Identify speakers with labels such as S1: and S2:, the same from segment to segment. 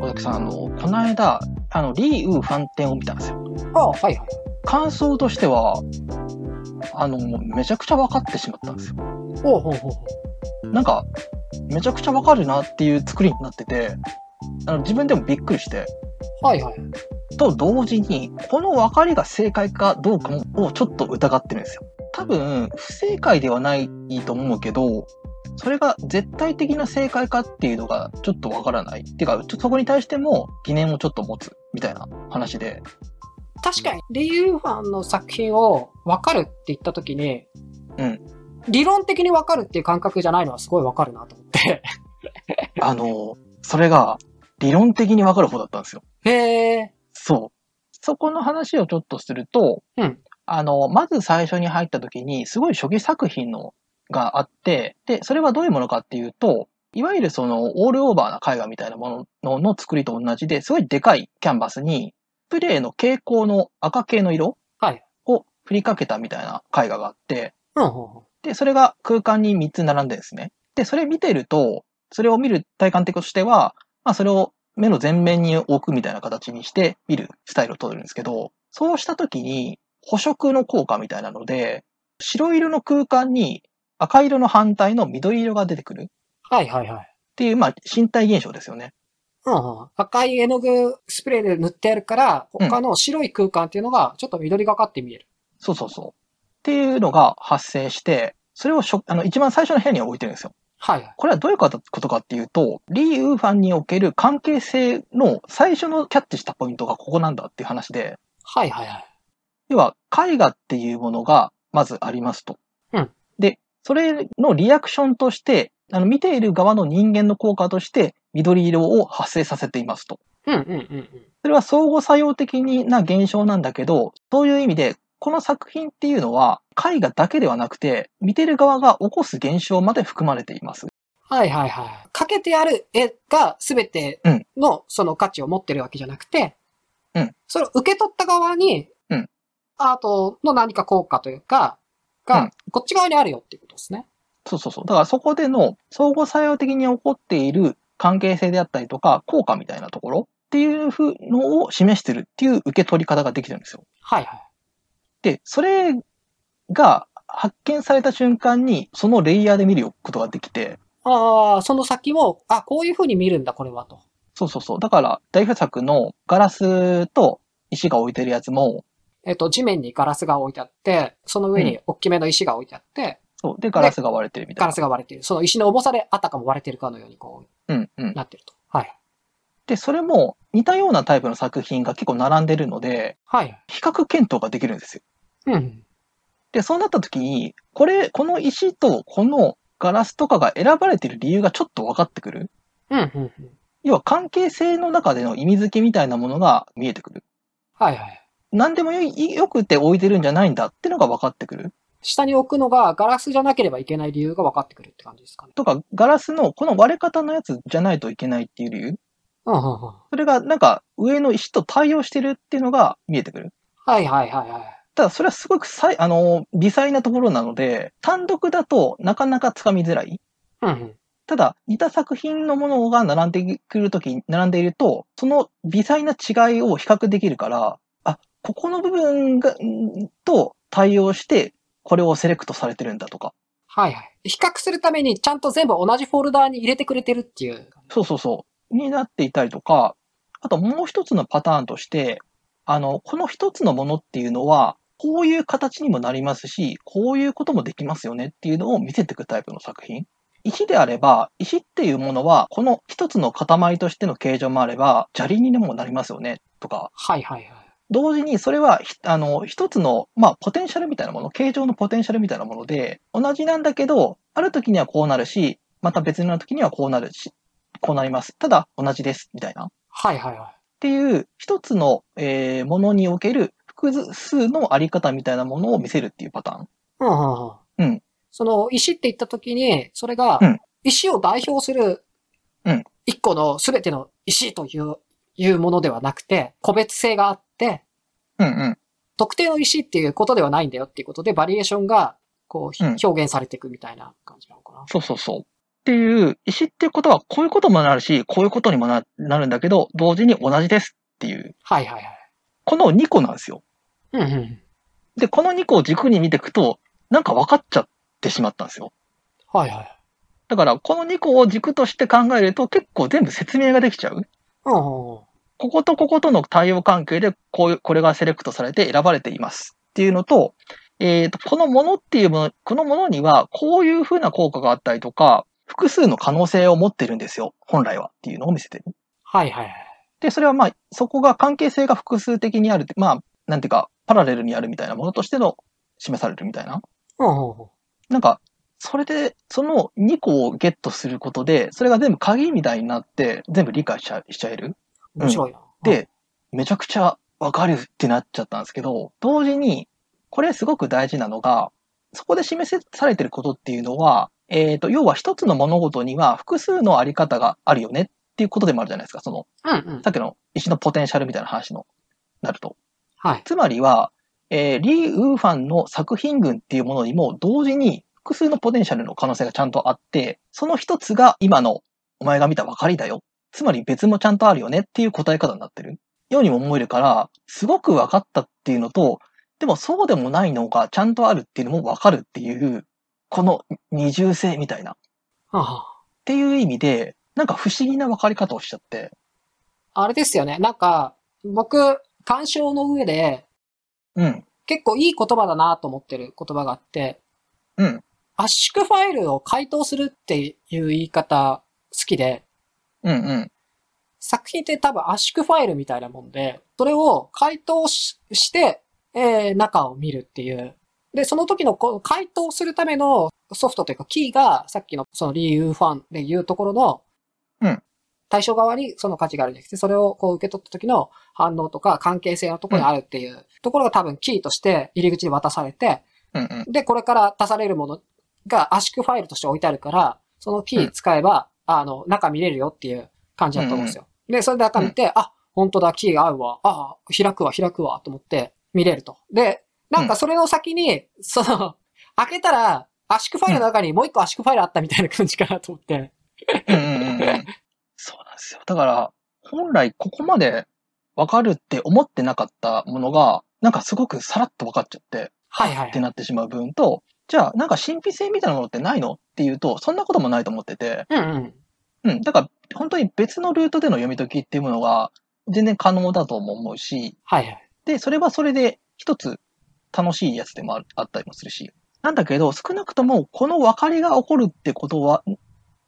S1: 小崎さん、あの、この間、あの、リー・ウー・ファンテンを見たんですよ。
S2: ああ、はいはい。
S1: 感想としては、あの、もうめちゃくちゃ分かってしまったんですよ。
S2: ほうほうほうほ
S1: なんか、めちゃくちゃ分かるなっていう作りになってて、あの自分でもびっくりして、
S2: う。はいはい。
S1: と同時に、この分かりが正解かどうかもをちょっと疑ってるんですよ。多分、不正解ではないと思うけど、それが絶対的な正解かっていうのがちょっとわからない。っていうか、ちょそこに対しても疑念をちょっと持つみたいな話で。
S2: 確かに、リー・ウーファンの作品を分かるって言った時に、
S1: うん。
S2: 理論的に分かるっていう感覚じゃないのはすごい分かるなと思って。
S1: あの、それが理論的にわかる方だったんですよ。
S2: へえ。
S1: そう。そこの話をちょっとすると、
S2: うん
S1: あの、まず最初に入った時に、すごい初期作品のがあって、で、それはどういうものかっていうと、いわゆるその、オールオーバーな絵画みたいなもののの作りと同じで、すごいでかいキャンバスに、スプレーの蛍光の赤系の色
S2: はい
S1: を振りかけたみたいな絵画があって、
S2: うんうんうん。
S1: で、それが空間に3つ並んでるんですね。で、それ見てると、それを見る体感的としては、まあそれを目の前面に置くみたいな形にして見るスタイルを取るんですけど、そうした時に補色の効果みたいなので、白色の空間に赤色の反対の緑色が出てくるっ
S2: はいはいはい。
S1: ていう、まあ身体現象ですよね。
S2: うんうん、赤い絵の具スプレーで塗ってあるから、
S1: うん
S2: 他の白い空間っていうのがちょっと緑がかって見える。
S1: そうそうそう。っていうのが発生して、それをしょあの一番最初の部屋に置いてるんですよ。
S2: はいはい。
S1: これはどういうことかっていうと、リー・ウーファンにおける関係性の最初のキャッチしたポイントがここなんだっていう話で、
S2: はいはいはい。
S1: 要は絵画っていうものがまずありますと。
S2: うん
S1: で、それのリアクションとして、あの見ている側の人間の効果として緑色を発生させていますと。
S2: うんうんうんうん。
S1: それは相互作用的な現象なんだけど、そういう意味で、この作品っていうのは絵画だけではなくて、見てる側が起こす現象まで含まれています。
S2: はいはいはい。かけてある絵が全てのその価値を持ってるわけじゃなくて、
S1: うん
S2: それを受け取った側に、
S1: うん
S2: アートの何か効果というか、
S1: う
S2: が
S1: ん、
S2: こっち側にあるよっていうことですね。
S1: そうそうそう。だからそこでの相互作用的に起こっている関係性であったりとか、効果みたいなところっていうふうのを示してるっていう受け取り方ができてるんですよ。
S2: はいはい。
S1: で、それが発見された瞬間に、そのレイヤーで見ることができて、
S2: ああ、その先も、あ、こういう風に見るんだ、これはと。
S1: そうそうそう。だから、代表作のガラスと石が置いてるやつも、
S2: えっ、と、地面にガラスが置いてあって、その上に大きめの石が置いてあって、
S1: そう。で、ガラスが割れてるみた
S2: ガ
S1: い
S2: ラ
S1: な。
S2: スが割れている。その石の重さであたかも割れてるかのようにこ
S1: うんうん
S2: う、。なってると。はい。
S1: で、それも似たようなタイプの作品が結構並んでるので、
S2: はい。
S1: 比較検討ができるんですよ
S2: うん。
S1: で、そうなった時に、これ、この石とこのガラスとかが選ばれてる理由がちょっと分かってくる。
S2: うん、うん、うん。
S1: 要は関係性の中での意味付けみたいなものが見えてくる。
S2: はいはい。
S1: 何でもよいよくて置いてるんじゃないんだってのが分かってくる。
S2: 下に置くのがガラスじゃなければいけない理由が分かってくるって感じですかね。
S1: とか、ガラスのこの割れ方のやつじゃないといけないっていう理由。
S2: うんうんうん。
S1: それがなんか上の石と対応してるっていうのが見えてくる。
S2: はいはいはいはい。
S1: ただそれはすごくさい、あの、微細なところなので、単独だとなかなかつかみづらい。
S2: うんうん。
S1: ただ、似た作品のものが並んでくるとき、並んでいると、その微細な違いを比較できるから、あ、ここの部分が、んと対応して、これをセレクトされてるんだとか。
S2: はいはい。比較するためにちゃんと全部同じフォルダーに入れてくれてるっていう。
S1: そうそうそう。になっていたりとか、あともう一つのパターンとして、あの、この一つのものっていうのは、こういう形にもなりますし、こういうこともできますよねっていうのを見せていくタイプの作品。石であれば、石っていうものは、この一つの塊としての形状もあれば、砂利にもなりますよね、とか。
S2: はいはいはい。
S1: 同時にそれはひあの一つの、まあ、ポテンシャルみたいなもの形状のポテンシャルみたいなもので同じなんだけどある時にはこうなるしまた別の時にはこうなるしこうなりますただ同じですみたいなっ
S2: はいはいはい。
S1: ていう一つの、えーものにおける複数のあり方みたいなものを見せるっていうパターン
S2: うんうんうん。
S1: うん
S2: その石って言った時に、それが
S1: うん、
S2: 石を代表する
S1: うん、
S2: 一個の全ての石という、いうものではなくて、個別性があって、
S1: うんうん
S2: 特定の石っていうことではないんだよっていうことで、バリエーションが、こう、ひ
S1: うん
S2: 表現されていくみたいな感じなのかな。
S1: そうそうそう。っていう、石っていうことはこういうこともなるし、こういうことにもななるんだけど、同時に同じですっていう、
S2: はいはいはい。
S1: この2個なんですよ。
S2: うんうん。
S1: で、この2個を軸に見ていくと、なんか分かっちゃってしまったんですよ。
S2: はいはい。
S1: だから、この2個を軸として考えると、結構全部説明ができちゃう。
S2: うんうんうん。
S1: こことこことの対応関係で、こういう、これがセレクトされて選ばれていますっていうのと、えっ、と、このものっていうもの、このものには、こういう風な効果があったりとか、複数の可能性を持ってるんですよ、本来はっていうのを見せてる。
S2: はいはいはい。
S1: で、それはまあ、そこが関係性が複数的にあるって、まあ、なんていうか、パラレルにあるみたいなものとしての示されるみたいな。
S2: うんうんうん。
S1: なんか、それで、その2個をゲットすることで、それが全部鍵みたいになって、全部理解しちゃしちゃえる。
S2: 面白いな。
S1: で、めちゃくちゃわかるってなっちゃったんですけど、同時に、これすごく大事なのが、そこで示せされてることっていうのは、えっ、と、要は一つの物事には複数のあり方があるよねっていうことでもあるじゃないですか。その、
S2: うんうん。
S1: さっきの石のポテンシャルみたいな話の、なると。
S2: はい。
S1: つまりは、えーリー・ウーファンの作品群っていうものにも同時に複数のポテンシャルの可能性がちゃんとあって、その一つが今のお前が見たばかりだよ。つまり別もちゃんとあるよねっていう答え方になってる。ようにも思えるから、すごく分かったっていうのと、でもそうでもないのがちゃんとあるっていうのも分かるっていう、この二重性みたいな。っ
S2: はあはあ
S1: ていう意味で、なんか不思議な分かり方をしちゃって。
S2: あれですよね。なんか、僕、鑑賞の上で、
S1: うん。
S2: 結構いい言葉だなと思ってる言葉があって、
S1: うん。
S2: 圧縮ファイルを解凍するっていう言い方好きで、
S1: うんうん。
S2: 作品って多分圧縮ファイルみたいなもんで、それを解凍しして、えー中を見るっていう。で、その時のこう解凍するためのソフトというかキーが、さっきのそのリーユーファンでいうところの、
S1: うん
S2: 対象側にその価値があるんじゃなくて、それをこう受け取った時の反応とか関係性のところにあるっていうところが多分キーとして入り口に渡されて、
S1: うんうん。
S2: で、これから出されるものが圧縮ファイルとして置いてあるから、そのキー使えば、あの、中見れるよっていう感じだと思うんですよ。で、それで中見て、あ、本当だ、キーが合うわ、あ、開くわ、開くわ、と思って見れると。で、なんかそれの先に、その、開けたら、圧縮ファイルの中にもう一個圧縮ファイルあったみたいな感じかなと思って。
S1: うんうんうんうんそうなんですよ。だから、本来ここまで分かるって思ってなかったものが、なんかすごくさらっと分かっちゃって、
S2: はいはい
S1: って。なってしまう分と、じゃあ、なんか神秘性みたいなものってないのっていうと、そんなこともないと思ってて、
S2: うんうん。
S1: うん、だから、本当に別のルートでの読み解きっていうものが、全然可能だとも思うし、
S2: はいはい。
S1: で、それはそれで一つ楽しいやつでもあるあったりもするし。なんだけど、少なくともこの分かりが起こるってことは、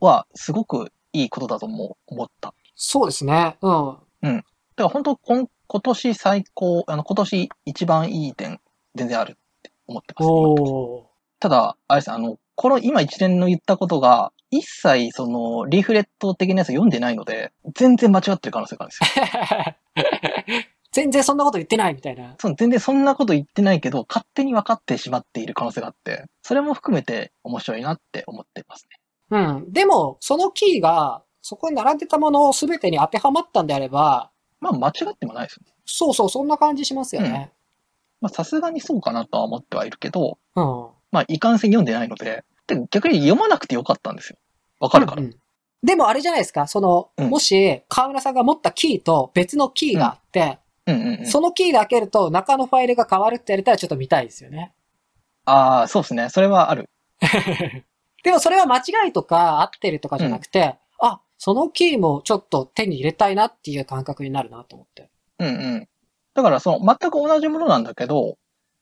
S1: はすごくいいことだとも思った。
S2: そうですね。うん。
S1: だから本当今、今年最高、あの、今年一番いい点、全然あるって思ってます。
S2: おー。
S1: ただ、あれですねあの、この今一連の言ったことが、一切その、リーフレット的なやつ読んでないので、全然間違ってる可能性があるんですよ。
S2: 全然そんなこと言ってないみたいな。
S1: その全然そんなこと言ってないけど、勝手に分かってしまっている可能性があって、それも含めて面白いなって思ってますね。
S2: うん。でも、そのキーが、そこに並んでたものを全てに当てはまったんであれば、
S1: まあ間違ってもないですよね。
S2: そうそう、そんな感じしますよね。
S1: まあさすがにそうかなとは思ってはいるけど、
S2: うん。わ
S1: まあいかんせん読んでないので、で逆に読まなくてよかったんですよ。わかるから。
S2: でもあれじゃないですか、その、
S1: うん
S2: もし、河村さんが持ったキーと別のキーがあって、
S1: うんうんうん。
S2: そのキーで開けると中のファイルが変わるってやれたらちょっと見たいですよね。
S1: ああ、そうですね。それはある。
S2: でもそれは間違いとか合ってるとかじゃなくて、あ、そのキーもちょっと手に入れたいなっていう感覚になるなと思って。
S1: うんうん。だからその全く同じものなんだけど、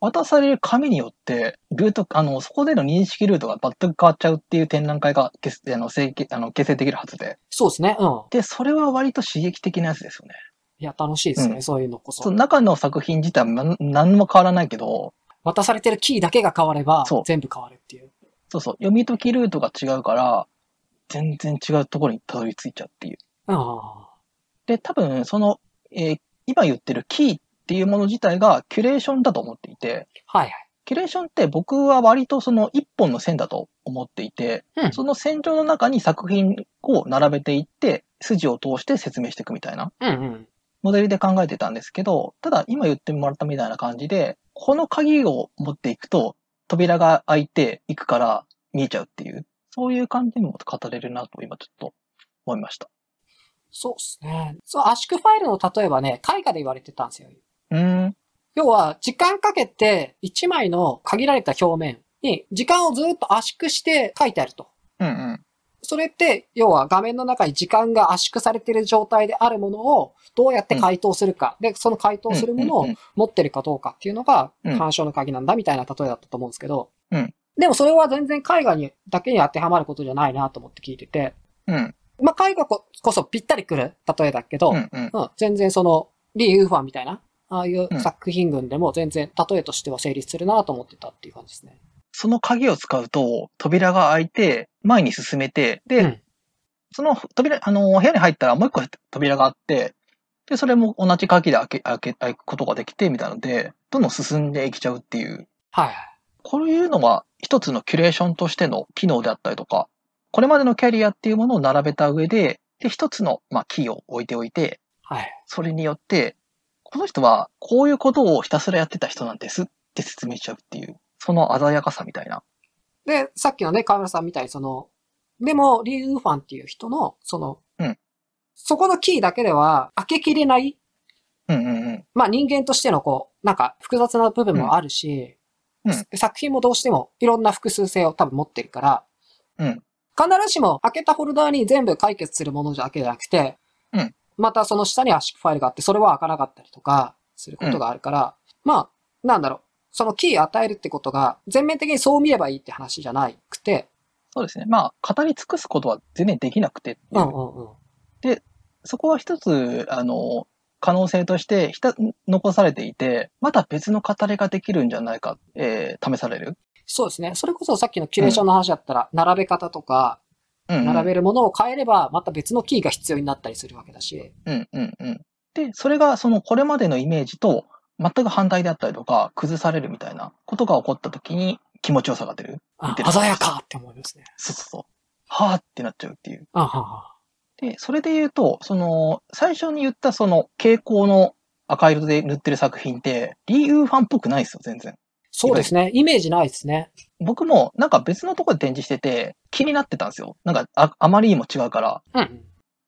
S1: 渡される紙によって、ルート、あの、そこでの認識ルートが全く変わっちゃうっていう展覧会が結あの成形あの形成できるはずで。
S2: そうですね、うん。
S1: で、それは割と刺激的なやつですよね。
S2: いや、楽しいですね、
S1: うん
S2: そういうのこそ。
S1: その中の作品自体はなん何も変わらないけど、
S2: 渡されてるキーだけが変われば
S1: そう、
S2: 全部変わるっていう。
S1: そうそう、読み解きルートが違うから、全然違うところにたどり着いちゃうっていう。
S2: あ
S1: で、多分、その、えー今言ってるキーっていうもの自体がキュレーションだと思っていて、
S2: あ。はいはい。
S1: キュレーションって僕は割とその一本の線だと思っていて、
S2: うん
S1: その線上の中に作品を並べていって、筋を通して説明していくみたいな。
S2: うんうん。
S1: モデルで考えてたんですけど、ただ今言ってもらったみたいな感じで、この鍵を持っていくと扉が開いていくから見えちゃうっていう、そういう感じにも語れるなと今ちょっと思いました。
S2: そうですね。そう、圧縮ファイルの例えばね、絵画で言われてたんですよ。
S1: うーん。
S2: 要は、時間かけて1枚の限られた表面に時間をずっと圧縮して書いてあると。
S1: うんうん。
S2: それって、要は画面の中に時間が圧縮されている状態であるものをどうやって回答するか。で、その回答するもの
S1: うんう
S2: を
S1: ん
S2: 持ってるかどうかっていうのが
S1: うん
S2: 鑑賞の鍵なんだみたいな例えだったと思うんですけど。
S1: うん
S2: でもそれは全然絵画にだけに当てはまることじゃないなと思って聞いてて。
S1: うん。うん
S2: まあ、絵画ここそぴったりくる例えだけど、
S1: うんうん。
S2: うん、全然その、リー・ユーファンみたいな、ああいう
S1: うん
S2: 作品群でも全然例えとしては成立するなと思ってたっていう感じですね。
S1: その鍵を使うと、扉が開いて、前に進めて、で、
S2: うん
S1: その扉、あの、部屋に入ったらもう一個扉があって、で、それも同じ鍵で開け、開け、開くことができて、みたいなので、どんどん進んでいけちゃうっていう。
S2: はいはい。
S1: こういうのが一つのキュレーションとしての機能であったりとか、これまでのキャリアっていうものを並べた上で、で、一つの、まあ、キーを置いておいて、
S2: はい。
S1: それによって、この人はこういうことをひたすらやってた人なんですって説明しちゃうっていう、その鮮やかさみたいな。
S2: で、さっきのね、河村さんみたいにその、でも、リー・ユーファンっていう人の、その、
S1: うん
S2: そこのキーだけでは開けきれない、
S1: うんうんうん。
S2: まあ人間としてのこう、なんか複雑な部分もあるし、
S1: うん
S2: す作品もどうしてもいろんな複数性を多分持ってるから、
S1: うん
S2: 必ずしも開けたフォルダーに全部解決するものだけじゃなくて、
S1: うん
S2: またその下に圧縮ファイルがあって、それは開かなかったりとかすることがあるから、まあ、なんだろう、そのキー与えるってことが全面的にそう見ればいいって話じゃなくて、
S1: そうですね。まあ、語り尽くすことは全然できなくてっていう
S2: うんうんうん。
S1: そこは一つ、あの、可能性としてひた残されていて、また別の語りができるんじゃないか、えー試される。
S2: そうですね。それこそさっきのキュレーションの話だったら、並べ方とか、
S1: うんうん、
S2: 並べるものを変えれば、また別のキーが必要になったりするわけだし。
S1: うんうんうん。で、それがそのこれまでのイメージと全く反対であったりとか、崩されるみたいなことが起こった時に気持ちよさが出る。
S2: あ
S1: 見てる
S2: 鮮やかって思いますね。
S1: そうそうそう。はーってなっちゃうっていう。
S2: あはは
S1: で、それで言うと、その、最初に言ったその蛍光の赤色で塗ってる作品って、リー・ユーファンっぽくないですよ、全然。
S2: そうですね。イメージないですね。
S1: 僕もなんか別のところで展示してて気になってたんですよ。なんかああまりにも違うから。
S2: うん。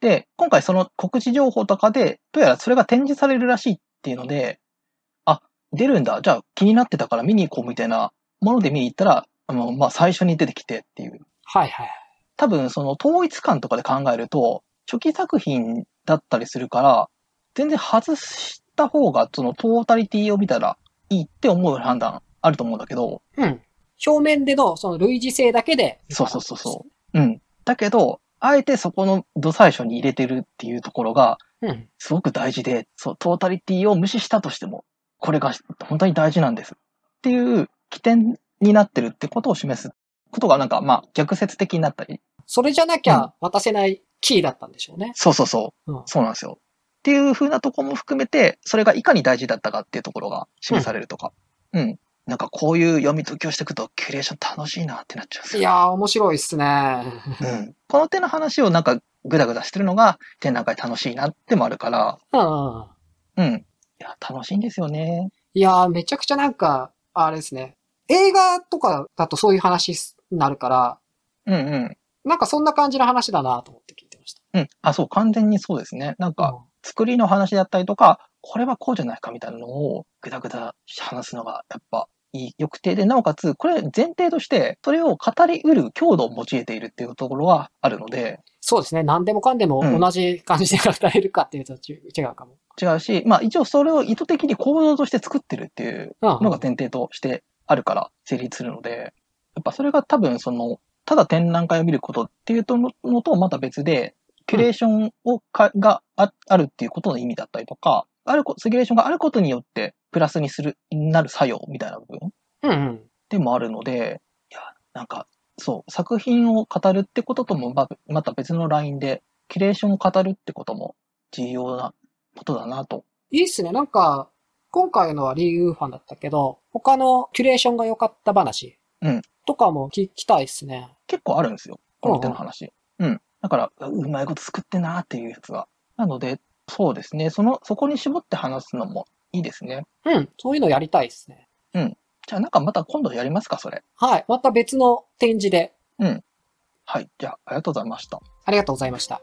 S1: で、今回その告知情報とかで、どうやらそれが展示されるらしいっていうので、あ、出るんだ。じゃあ気になってたから見に行こうみたいなもので見に行ったら、あの、まあ最初に出てきてっていう。
S2: はいはい。
S1: 多分その統一感とかで考えると、初期作品だったりするから、全然外した方がそのトータリティを見たらいいって思う判断あると思うんだけど、
S2: うん。表面での、その類似性だけで。
S1: そうそうそうそう。うん。だけど、あえてそこの土最初に入れてるっていうところが、
S2: う。うん。
S1: すごく大事で、そう、トータリティを無視したとしても、これが本当に大事なんです。っていう起点になってるってことを示すことが、なんか、まあ、逆説的になったり。
S2: それじゃなき
S1: うん
S2: ゃ渡せないキーだったんでしょうね。
S1: そうそうそう。
S2: うん。
S1: そうなんですよ。っていう風なとこも含めて、それがいかに大事だったかっていうところが示されるとか。うん。なんかこういう読み解きをしていくと、キュレーション楽しいなってなっちゃうんですよ
S2: いやー、面白いっすね。
S1: うんこの手の話をなんかグダグダしてるのが展覧会楽しいなってもあるから、
S2: うん。
S1: うん。いや、楽しいんですよね。
S2: いやー、めちゃくちゃなんか、あれですね。映画とかだとそういう話になるから、
S1: うんうん。
S2: なんかそんな感じの話だなと思って聞いてました。
S1: うん。あ、そう、完全にそうですね。なんか、作りの話だったりとか、これはこうじゃないかみたいなのをグダグダ話すのがやっぱいい。よくて、で、なおかつ、これ前提として、それを語り得る強度を用いているっていうところはあるので、
S2: そうですね。何でもかんでも
S1: うん
S2: 同じ感じで語れるかっていうとち違うかも。
S1: 違うし、まあ一応それを意図的に行動として作ってるっていう
S2: うん。
S1: のが前提としてあるから成立するので、やっぱそれが多分その、ただ展覧会を見ることっていうとののとまた別で、キュレーションをか、がああるっていうことの意味だったりとか、あるこ、キュレーションがあることによってプラスにする、になる作用みたいな部分
S2: うんうん。
S1: でもあるので、いや、なんか、そう、作品を語るってことともま、また別のラインで、キュレーションを語るってことも重要なことだなと。
S2: いいっすね。なんか、今回のはリー・ユーファンだったけど、他のキュレーションが良かった話
S1: うん
S2: とかも聞きたいっすね。
S1: 結構あるんですよ。この手の話。うん。だから、ううまいこと作ってんなーっていうやつが。なので、そうですね。その、そこに絞って話すのもいいですね。
S2: うん、そういうのやりたいですね。
S1: じゃあなんかまた今度やりますか、それ。
S2: はい。また別の展示で
S1: はい。じゃあ、ありがとうございました。
S2: ありがとうございました。